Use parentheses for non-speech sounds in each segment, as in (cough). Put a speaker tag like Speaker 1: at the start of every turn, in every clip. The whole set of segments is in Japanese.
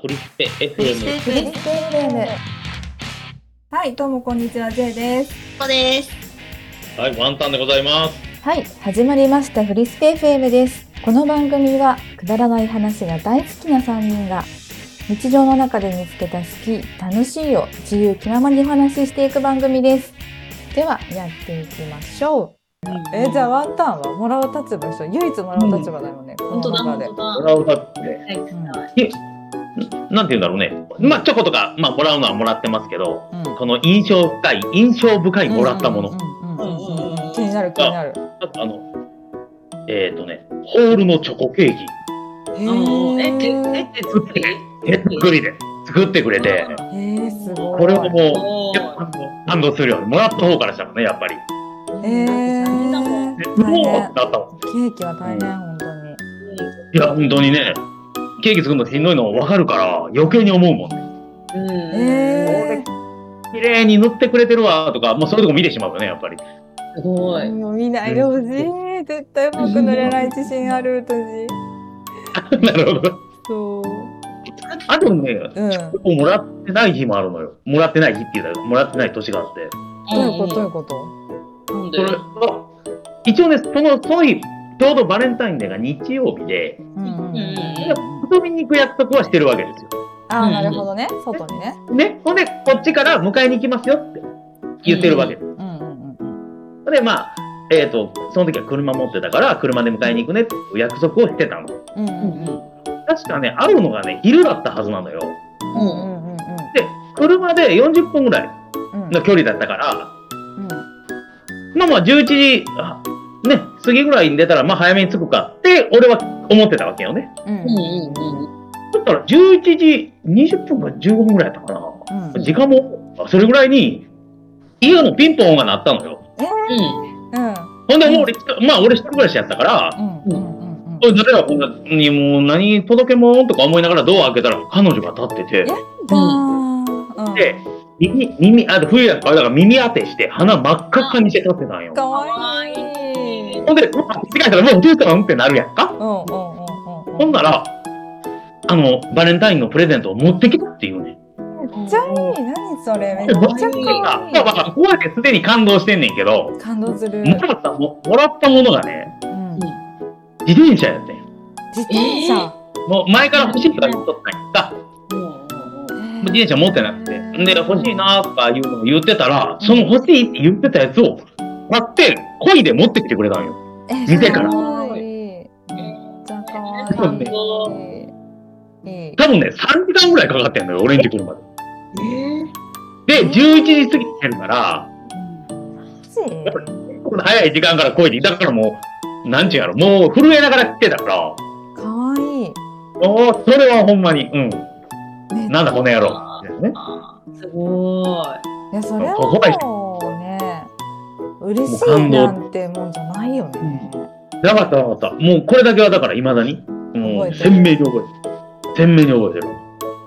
Speaker 1: ホリスペ
Speaker 2: フリスペ
Speaker 1: FM。
Speaker 3: フリ
Speaker 2: FM
Speaker 3: スペ FM
Speaker 2: はいどうもこんにちは J です
Speaker 4: ここです。
Speaker 1: はい、ワンタンでございます。
Speaker 3: はい始まりましたフリスペ FM ですこの番組はくだらない話が大好きな3人が日常の中で見つけた好き楽しいを自由気ままにお話ししていく番組ですではやっていきましょうえじゃあワンタンはもらう立場でしょ唯一もらう立場だよね、こ
Speaker 4: 本当
Speaker 3: の
Speaker 4: だ、本
Speaker 3: 中で
Speaker 4: 当だ。
Speaker 1: もらうだって、
Speaker 4: はいはい
Speaker 1: んなんて言うんだろうね。まあ、チョコとか、まあ、もらうのはもらってますけど、
Speaker 3: うん
Speaker 1: この印象深い、印象深いもらったもの。
Speaker 3: うんうんうん
Speaker 4: うんうんうん
Speaker 3: 気になる気になる
Speaker 1: あとあの、えっ、とね、ホールのチョコケーキ、
Speaker 3: へ
Speaker 4: うんえ、手、
Speaker 3: ー
Speaker 4: え、手作り。
Speaker 1: 手作りで作ってくれて、
Speaker 3: へーすごい
Speaker 1: これはも
Speaker 4: お
Speaker 1: う、
Speaker 4: ー
Speaker 1: やっぱ感動するよね。もらった方からしたらね、やっぱり。
Speaker 3: え
Speaker 4: だって
Speaker 3: ー
Speaker 4: 残念だもん
Speaker 1: でうおー
Speaker 3: 大
Speaker 1: っ
Speaker 3: 変
Speaker 1: てなったもん。
Speaker 3: ケーキは大変本当に
Speaker 1: いや、本当にね、ケーキ作るのしんどいの分かるから、余計に思うもんね。
Speaker 4: うん。
Speaker 3: え
Speaker 1: 綺麗に塗ってくれてるわとか、もうそういうとこ見てしまうよね、やっぱり。 (laughs)
Speaker 4: すご
Speaker 3: ー、
Speaker 4: い。
Speaker 3: もう見ないでほしい絶対うまく塗れない自信ある私
Speaker 1: なるほど。
Speaker 3: そう
Speaker 1: あとね、
Speaker 3: うん
Speaker 1: もうもらってない日もあるのよ。もらってない日っていうのは、もらってない年があって。
Speaker 3: どういうことどういうこと
Speaker 4: なん
Speaker 1: そ
Speaker 4: で
Speaker 1: れは一応ね、その、その日、ちょうどバレンタインデーが日曜日で、
Speaker 3: うんうんうん
Speaker 1: 遊びに行く約束はしてるわけですよ。
Speaker 3: ああなるほどね外にね
Speaker 1: ね、ほんで、こっちから迎えに行きますよって言ってるわけです。
Speaker 3: うんうんうん
Speaker 1: で、まあ、えっ、と、その時は車持ってたから、車で迎えに行くねっていう約束をしてたの。
Speaker 3: うんうん
Speaker 4: うんうん。
Speaker 1: 確かね、会うのがね、昼だったはずなのよ。
Speaker 3: うんうんうん
Speaker 1: で、車で40分ぐらい
Speaker 3: うん
Speaker 1: の距離だったから、
Speaker 3: うん
Speaker 1: まあまあ11時、あね、過ぎぐらいに出たら、まあ早めに着くかって、俺は思ってたわけよね。
Speaker 3: うん
Speaker 4: うんうん
Speaker 1: だったら11時20分か15分ぐらいだったか
Speaker 3: う
Speaker 1: な。
Speaker 3: ん
Speaker 1: 時間も、あそれぐらいに、家のピンポンが鳴ったのよ。
Speaker 4: うん。
Speaker 3: うん
Speaker 1: ほんで、もう俺、まあ俺一人暮らしやったから、
Speaker 3: うんうんうんうん
Speaker 1: おい誰だこんなに、もう何届けもんとか思いながらドア開けたら彼女が立ってて、
Speaker 3: だーうん
Speaker 1: で、耳、耳、あ、冬やから、だから耳当てして、鼻真っ赤っかにして立ってたんよ。
Speaker 3: かわいいうん
Speaker 1: ほんで、うわ間違えたらもうジュースがうんってなるやんか。
Speaker 3: うんうんうん
Speaker 1: ほんなら、あの、バレンタインのプレゼントを持ってきたっていうね。
Speaker 3: めっちゃいい何それめっち
Speaker 1: 持って
Speaker 3: ゃ
Speaker 1: きた。
Speaker 3: かわい
Speaker 1: まあまあ、ここはね、すでに感動してんねんけど
Speaker 3: い、感動する
Speaker 1: もらったも、もらったものがね、
Speaker 3: うん
Speaker 1: 自転車やってん。
Speaker 3: 自転車
Speaker 1: もう前から欲しいとか言っとったんやんか。自転車持ってなくて。んで、欲しいなとかいうのを言ってたら、その欲しいって言ってたやつを、買って、恋で持ってきてくれたんよ。
Speaker 3: え
Speaker 1: 店から
Speaker 3: かわいいめっちゃかわいい
Speaker 1: 多分ね
Speaker 3: いい
Speaker 1: 多分ね、3時間ぐらいかかってんのよ、俺んち来るまで。
Speaker 4: え
Speaker 1: で、11時過ぎてるから、
Speaker 3: マジ
Speaker 1: この早い時間から来いで、だからもう、なんちゅうやろ、もう震えながら来てたから、
Speaker 3: かわいい
Speaker 1: おー、それはほんまに、うん、
Speaker 3: めっ
Speaker 1: なんだこの野郎。ね、
Speaker 4: あーすごい。
Speaker 3: いやそれはもうね嬉しいなんてもんじゃないよね
Speaker 1: なかったなかった。もうこれだけはだから、いまだに。もう
Speaker 3: 覚えてる
Speaker 1: 鮮明に覚えてる。鮮明に覚えてる。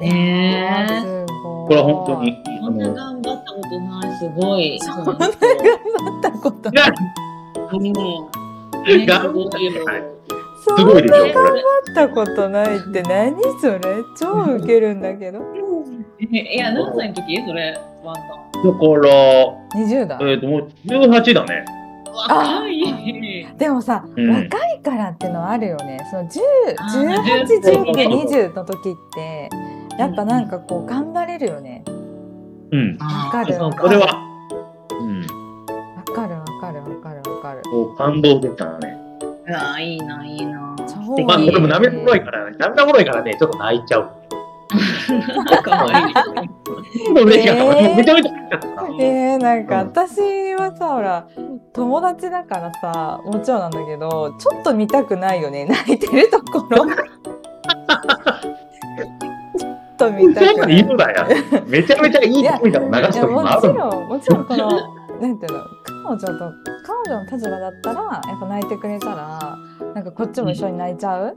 Speaker 4: ねえ
Speaker 3: すごい
Speaker 1: これは本当に。あ
Speaker 4: こんな
Speaker 1: の
Speaker 4: 頑張ったことない、すごい。そんな
Speaker 3: 会ったこと
Speaker 1: が
Speaker 4: ね
Speaker 1: が
Speaker 4: すごいよ。
Speaker 1: すごいでしょ、
Speaker 3: そんな
Speaker 1: これ。
Speaker 3: 会ったことないって何それ超ウケるんだけど
Speaker 4: えいや、何歳の時それ、ワン
Speaker 1: だから、
Speaker 3: 20代
Speaker 1: えっ、と、もう18だね。
Speaker 4: タン。若い。
Speaker 3: でもさ、
Speaker 1: うん
Speaker 3: 若いからってのはあるよねその
Speaker 4: あー
Speaker 3: 10181920の時ってやっぱなんかこう頑張れるよね
Speaker 1: うん。
Speaker 3: わかる
Speaker 4: そう
Speaker 1: これは、うん、
Speaker 3: わかるわかるわかるわかる
Speaker 1: こう感動でしたね。
Speaker 4: ああ、いいな、いいな。
Speaker 3: 超
Speaker 1: まあ、こ
Speaker 3: いい
Speaker 1: れも涙もろいからね、涙もろいからね、ちょっと泣いちゃう。
Speaker 4: 可愛い。
Speaker 1: 嬉しかったわ。もうめちゃめちゃ嬉しかったな。
Speaker 3: えー、なんか私はさほら友達だからさもちろんなんだけどちょっと見たくないよね (laughs) 泣いてるとこ
Speaker 1: (laughs)
Speaker 3: ろちょっと見た
Speaker 1: そん
Speaker 3: く
Speaker 1: な
Speaker 3: なんい
Speaker 1: 言うなや。めちゃめちゃいい涙を流
Speaker 3: い
Speaker 1: す
Speaker 3: や
Speaker 1: 時
Speaker 3: も
Speaker 1: もあ
Speaker 3: ち
Speaker 1: るの。
Speaker 3: ろんもちろんこのなんていうの彼女と彼女の立場だったらやっぱ泣いてくれたらなんかこっちも一緒に泣いちゃう、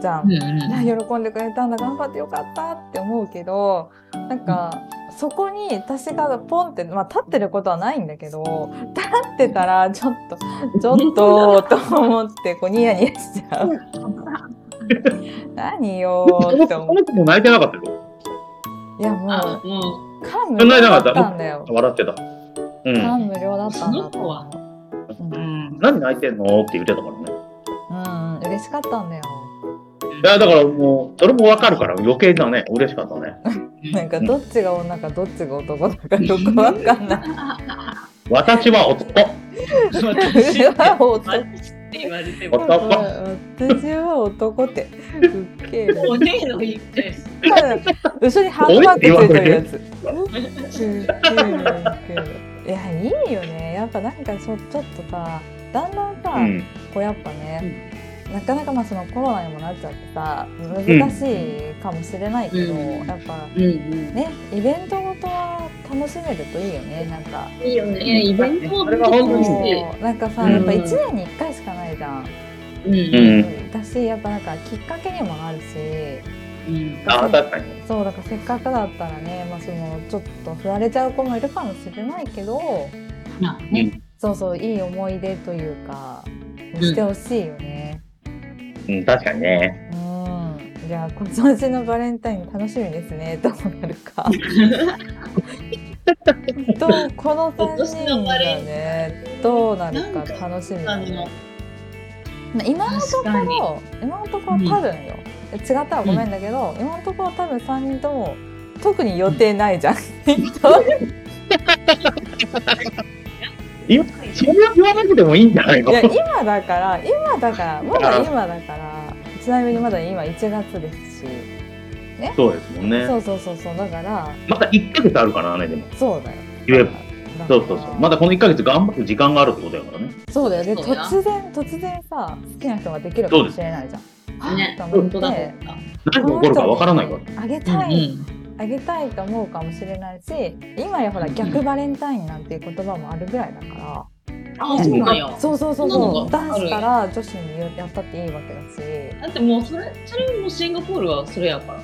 Speaker 3: じゃん、あ喜んでくれたんだ頑張ってよかったって思うけどなんか、そこに私がポンって、まあ、立ってることはないんだけど立ってたらちょっとちょっとと思ってこうニヤニヤしちゃう。何よ
Speaker 1: こ
Speaker 3: ー
Speaker 1: の
Speaker 3: って
Speaker 1: こ
Speaker 3: 思う
Speaker 1: の子も泣いてなかったよ。
Speaker 3: いや
Speaker 4: あ
Speaker 3: も
Speaker 4: も
Speaker 3: う感無量だったんだよ
Speaker 1: 笑ってた。うん。
Speaker 3: 感無量だったんだと思う
Speaker 4: う、う
Speaker 3: うん
Speaker 4: ん、
Speaker 1: 何泣いてんのって言ってたからね。
Speaker 3: うんうん、嬉しかったんだよ
Speaker 1: いや、だからもう、それもわかるから余計だね。嬉しかったね。
Speaker 3: なんかどっちが女かどっちが男だか
Speaker 1: (laughs)
Speaker 3: よくわかんない
Speaker 1: 私は男。
Speaker 4: 私
Speaker 3: 私は男
Speaker 4: って言われても
Speaker 1: 男
Speaker 3: 私は男ってうっけえな
Speaker 4: おねえの言って
Speaker 3: 後ろにハンバーグついてるやつ。いやいいよねやっぱなんかちょちょっとさだんだんさ、
Speaker 1: うん。
Speaker 3: こうやっぱね、なかなかまあそのコロナにもなっちゃってさ難しいかもしれないけど、
Speaker 4: うん
Speaker 3: やっぱ
Speaker 4: うんうん
Speaker 3: ねイベントごとは楽しめるといいよねなんか
Speaker 4: いいよねイベント
Speaker 1: それが本当に
Speaker 4: う
Speaker 3: そうなんかさ、
Speaker 4: うん
Speaker 3: やっぱ1年に1回しかないじゃん、
Speaker 4: ん
Speaker 1: う
Speaker 4: うん
Speaker 3: だしやっぱなんかきっかけにもなるし。
Speaker 4: うん
Speaker 1: あ確かに
Speaker 3: そうだからせっかくだったらね、まあ、そのちょっと振られちゃう子もいるかもしれないけど
Speaker 4: まあ
Speaker 1: う
Speaker 4: ね
Speaker 1: ん
Speaker 3: そうそういい思い出というかしてほしいよね。
Speaker 1: うん、確かにね。
Speaker 3: うん、じゃあ今年のバレンタイン楽しみですねどうなる
Speaker 4: (laughs)
Speaker 3: か。とこの3人
Speaker 4: 今年の
Speaker 3: が
Speaker 4: バレン
Speaker 3: ねどうなるか楽しみだ
Speaker 4: なん
Speaker 3: ね
Speaker 4: か。
Speaker 3: まあ今のとこ
Speaker 4: 確かに
Speaker 3: ろ今のところ多分よ、違ったらごめんだけど、今のところ多分3人とも特に予定ないじゃん。
Speaker 1: それは言わなくてもいいんじゃないの
Speaker 3: いや今だから今だからまだ今だからちなみにまだ今1月ですし、
Speaker 1: そうですもんね。
Speaker 3: そうそうそうそうだから
Speaker 1: また1ヶ月あるからね、でも。
Speaker 3: そうだよ
Speaker 1: 言えば。
Speaker 3: ば
Speaker 1: そうそうそう。まだこの1ヶ月頑張る時間があるってことやからね。
Speaker 3: そうだよで
Speaker 4: そうだよ
Speaker 3: 突然突然さ好きな人ができるかもしれないじゃんは
Speaker 4: ね
Speaker 3: ぁと思
Speaker 4: 本
Speaker 3: って
Speaker 4: 当だ本当だ
Speaker 1: 何が起こるかわからないから。
Speaker 3: あげ
Speaker 4: うん
Speaker 3: たい、あげたいと思うかもしれないし今やほら逆バレンタインなんていう言葉もあるぐらいだから、
Speaker 4: うんあそうなんや
Speaker 3: そうそうそう
Speaker 4: そ
Speaker 3: そう
Speaker 4: んな
Speaker 3: 男
Speaker 4: のがある
Speaker 3: 子から女子にやったっていいわけだし
Speaker 4: だってもうそれそれもシンガポールはそれやから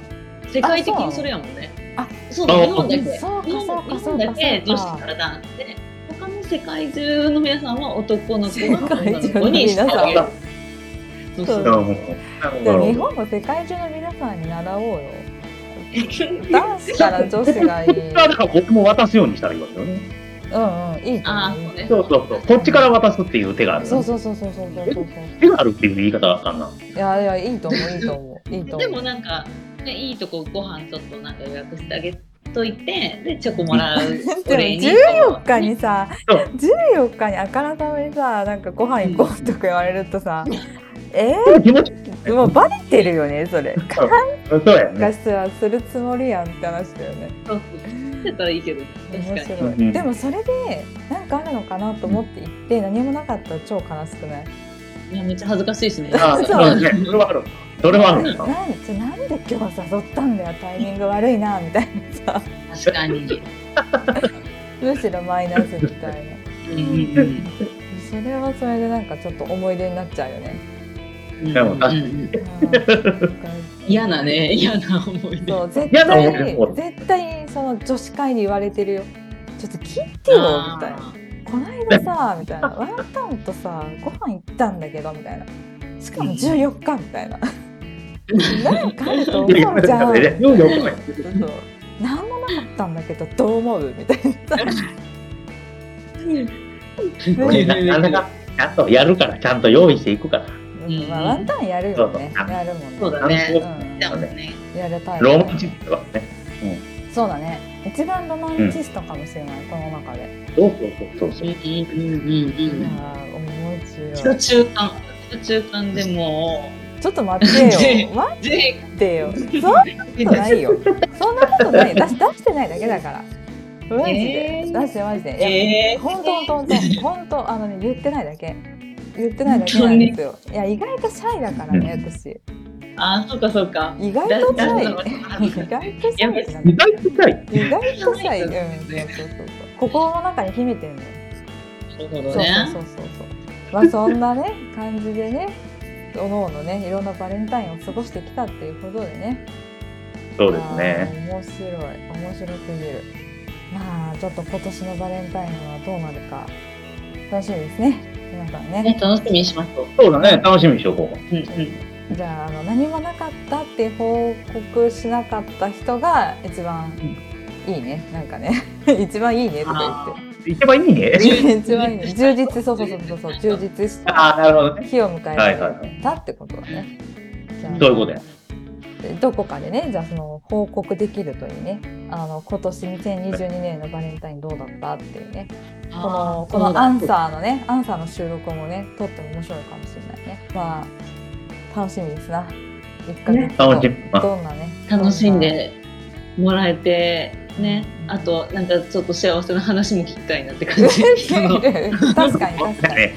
Speaker 4: 世界的にそれやもんね
Speaker 3: あ
Speaker 4: そうだ
Speaker 1: あ
Speaker 4: 日本だけ日
Speaker 3: そうかそうか
Speaker 4: 本日
Speaker 3: そ
Speaker 4: 本
Speaker 3: う
Speaker 4: だ
Speaker 3: か
Speaker 4: け
Speaker 3: そ
Speaker 4: 女
Speaker 3: うか
Speaker 4: 子から男子で他の世界中の皆さんは男の子
Speaker 3: 世
Speaker 4: が
Speaker 3: 界
Speaker 4: 女の
Speaker 3: 中の
Speaker 4: 子
Speaker 3: (laughs)
Speaker 4: にしてあげるそう
Speaker 3: さ
Speaker 1: な
Speaker 3: ん
Speaker 1: る
Speaker 4: そう
Speaker 1: ほど。
Speaker 3: で
Speaker 1: なるほど。
Speaker 3: 日本も世界中の皆さんに習お
Speaker 4: (laughs)
Speaker 3: うよ男子から女子がいい。
Speaker 1: だから僕も渡すようにしたらいいわけよね。
Speaker 3: うんうん、いいと
Speaker 4: ああ
Speaker 3: 思
Speaker 4: そうう。ね
Speaker 1: そうそうそう。こっちから渡すっていう手がある、ね。
Speaker 3: そうそうそうそうそうそうそう。
Speaker 1: 手があるっていう言い方はあかんな。
Speaker 3: いやいや、いいと思う、いいと思う、いいと
Speaker 4: で
Speaker 3: 思
Speaker 4: も
Speaker 3: う。
Speaker 4: なんか、ね、いいとこご飯ちょっとなんか予約してあげといてでチョコもらうお礼 (laughs) に
Speaker 3: 14日にさ、14日にあからさまにさ、なんかご飯行こうとか言われる
Speaker 4: (laughs)
Speaker 3: とさ、え
Speaker 1: これ気持ちいい
Speaker 3: ー、もうバレてるよね、それ。
Speaker 1: そうやね。
Speaker 3: 昔はするつもりやんって話だよね。
Speaker 4: そうそうだったらいいけど確
Speaker 3: 面
Speaker 4: かに
Speaker 3: 白
Speaker 1: うん
Speaker 3: い。でもそれで、なんかあるのかなと思って行って、何もなかったら超悲しくない。
Speaker 4: いやめっちゃ恥ずかしい (laughs) しね
Speaker 1: ああ、そうね。それはある。それはあるな。
Speaker 3: なんちょなんで今日誘ったんだよタイミング悪いなみたい
Speaker 4: (laughs)
Speaker 3: なさ
Speaker 4: 確かに、 (laughs)
Speaker 3: むしろマイナスみたいな
Speaker 4: うんうん
Speaker 3: それはそれでなんかちょっと思い出になっちゃうよね
Speaker 4: うん、
Speaker 1: でも確か
Speaker 4: うん
Speaker 3: うん
Speaker 4: 嫌なね嫌な思い出
Speaker 3: そう絶
Speaker 1: 嫌な
Speaker 3: 対
Speaker 1: 思い出も
Speaker 3: 絶対その女子会で言われてるよちょっと聞いてよみたいな
Speaker 4: あ
Speaker 3: こないださみたいなワンタンとさご飯行ったんだけどみたいなしかも14日みたいななんかあると
Speaker 1: いや
Speaker 3: 思うじゃん
Speaker 1: いやいやいやいや
Speaker 3: そうそう何もなかったんだけどどう思うみたいなさ
Speaker 1: これなかなかちゃんとやるから、ちゃんと用意していくから。
Speaker 4: うん
Speaker 3: まあ、ワンタンやるよね。
Speaker 1: そうそう
Speaker 3: やるもんね。
Speaker 4: そうだね
Speaker 3: うん
Speaker 4: ーそうだね
Speaker 3: やるタイプ
Speaker 1: ロ
Speaker 3: ね、
Speaker 1: マンチックだからね。
Speaker 3: そうだね。一番ロマンチストかもしれない、この中で。
Speaker 1: そうそうそう
Speaker 4: う
Speaker 1: そ
Speaker 4: ん
Speaker 1: う。
Speaker 4: うん
Speaker 3: い
Speaker 4: うん
Speaker 3: や
Speaker 4: うんうん
Speaker 3: ー、面白
Speaker 4: 人
Speaker 3: い。
Speaker 4: 中間人中間でも
Speaker 3: ちょっと待ってよ。待
Speaker 4: で
Speaker 3: ってよ。そんなことないよ。そんなこと
Speaker 4: (laughs)
Speaker 3: ない。出し出してないだけだから。マジで。
Speaker 4: えー
Speaker 3: 出してマジで。いや
Speaker 4: えー
Speaker 3: 本当本当本当本当あのね言ってないだけ。言ってないだけなんですよ。いや意外とシャイだからね私。
Speaker 4: あそうかそうか
Speaker 3: 意外とシャイ。
Speaker 4: だ
Speaker 3: 意外とシャイだな。
Speaker 1: 意外とない。
Speaker 3: 意外とさ、、
Speaker 4: そううんですね
Speaker 3: そうそうそう心の中に秘めてんのよ。
Speaker 4: なるほ
Speaker 3: そう
Speaker 4: ど
Speaker 3: そう
Speaker 4: ね
Speaker 3: そうそうそう。まあそんなね感じでね、各々ねいろんなバレンタインを過ごしてきたっていうことでね。
Speaker 1: そうですね。
Speaker 3: あー面白い面白すぎる。まあちょっと今年のバレンタインはどうなるか楽しみですね。皆さんね。
Speaker 4: ね楽しみにしましょう
Speaker 1: そうだね。楽しみにしとこう。
Speaker 4: うんうん
Speaker 3: じゃああの何もなかったって報告しなかった人が一番いいねなんかね (laughs) 一番いいねとか
Speaker 1: 行けばいいね。
Speaker 3: 言って (laughs) 一番いいね充実そうそうそうそうそう充実した
Speaker 1: ああ、なるほどね。
Speaker 3: 日を迎えら
Speaker 1: はいはいは
Speaker 3: れたってことだね。じゃあ
Speaker 1: そういうことや。
Speaker 3: どこかでねじゃあその報告できるといいねあの今年2022年のバレンタインどうだったっていうねこのこのアンサーのねアンサーの収録もね撮っても面白いかもしれないねまあ楽しみですな1ヶ月
Speaker 1: 楽しみ
Speaker 3: どんなね
Speaker 4: 楽しんでもらえてねあとなんかちょっと幸せな話も聞きたいなって感じその (laughs)
Speaker 3: 確かに確かに
Speaker 1: ね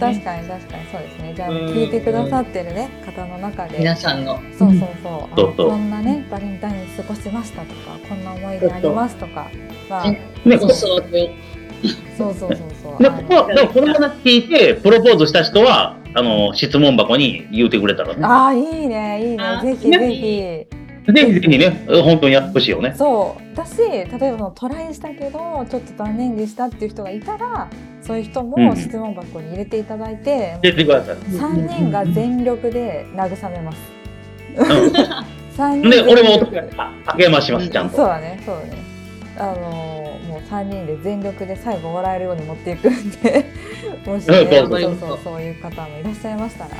Speaker 3: 確かに確かにそうですねじゃあ聞いてくださってるね方の中で
Speaker 4: 皆さんの
Speaker 3: そうそうそう、あの
Speaker 1: そうそう
Speaker 3: こんなねバレンタイン過ごしてましたとかこんな思い出ありますとかまあ
Speaker 4: そう
Speaker 1: ね
Speaker 4: ご
Speaker 1: こ
Speaker 4: 相談
Speaker 3: そうそうそうそう
Speaker 1: で
Speaker 3: あの
Speaker 1: ここでもこの話聞いて、プロポーズした人は、あの、質問箱に言うてくれたらね。
Speaker 3: ああいいねいいね
Speaker 4: あ
Speaker 3: ぜひぜ
Speaker 1: ぜひぜひね、本当にやってほしいよね
Speaker 3: ひ。そうだし例えばそのトライしたけどちょっと断念でしたっていう人がいたらそういう人
Speaker 1: う
Speaker 3: も
Speaker 1: ん
Speaker 3: 質問箱に入れていただいて、
Speaker 1: 出てください。
Speaker 3: 三3人が全力で慰めます、三
Speaker 1: うん、
Speaker 3: 人
Speaker 1: で、
Speaker 3: 全力
Speaker 1: 俺も男やから励まします、ちゃん
Speaker 3: そう
Speaker 1: と。
Speaker 3: だねそうだねあのーもう3人で全力で最後笑えるように持っていくんでもし、
Speaker 1: うん
Speaker 4: そうそ
Speaker 3: ねそ
Speaker 4: うう
Speaker 3: そうそういう方もいらっしゃいましたら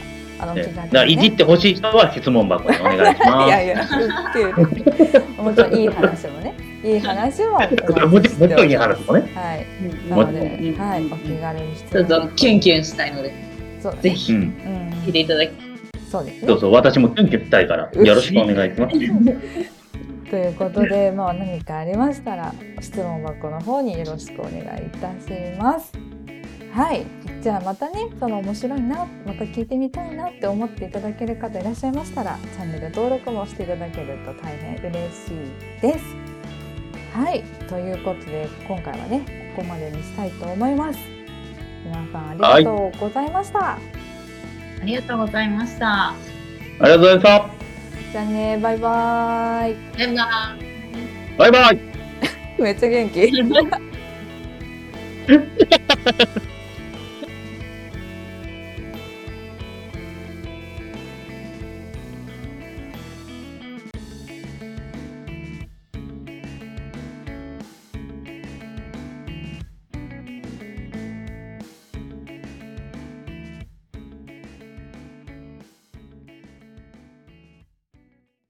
Speaker 3: あの
Speaker 1: ね
Speaker 3: 気軽に
Speaker 1: だ
Speaker 3: ね
Speaker 1: から、いじってほしい人は質問箱にお願いし
Speaker 3: い
Speaker 1: ま
Speaker 3: や
Speaker 1: す。
Speaker 3: いや、っていう。もちろんいい話もね、いい話は。
Speaker 1: もちろんいい話もね。
Speaker 3: はい、な
Speaker 1: も
Speaker 3: の
Speaker 1: ちろん
Speaker 3: で、はい、お気軽にして
Speaker 4: ちょっとキュンキュンしたいので
Speaker 3: そうね
Speaker 4: ぜ。
Speaker 1: う
Speaker 4: ひ
Speaker 1: ん。
Speaker 3: うん、
Speaker 4: 聞いていただき
Speaker 3: そうです
Speaker 1: そ
Speaker 3: ね
Speaker 1: う。そう、私もキュンキュンしたいから、よろしくお願いします。
Speaker 3: ということで、まあ、何かありましたら、質問箱の方によろしくお願いいたします。はい、じゃあまたねその面白いなまた聞いてみたいなって思っていただける方いらっしゃいましたらチャンネル登録もしていただけると大変嬉しいです。はいということで今回はねここまでにしたいと思います。皆さんありがとうございました。
Speaker 4: ありがとうございました
Speaker 1: ありがとうございました。
Speaker 3: じゃあねバイバーイ。
Speaker 4: バイバ
Speaker 1: バイバイ。
Speaker 3: めっちゃ元気。
Speaker 4: イ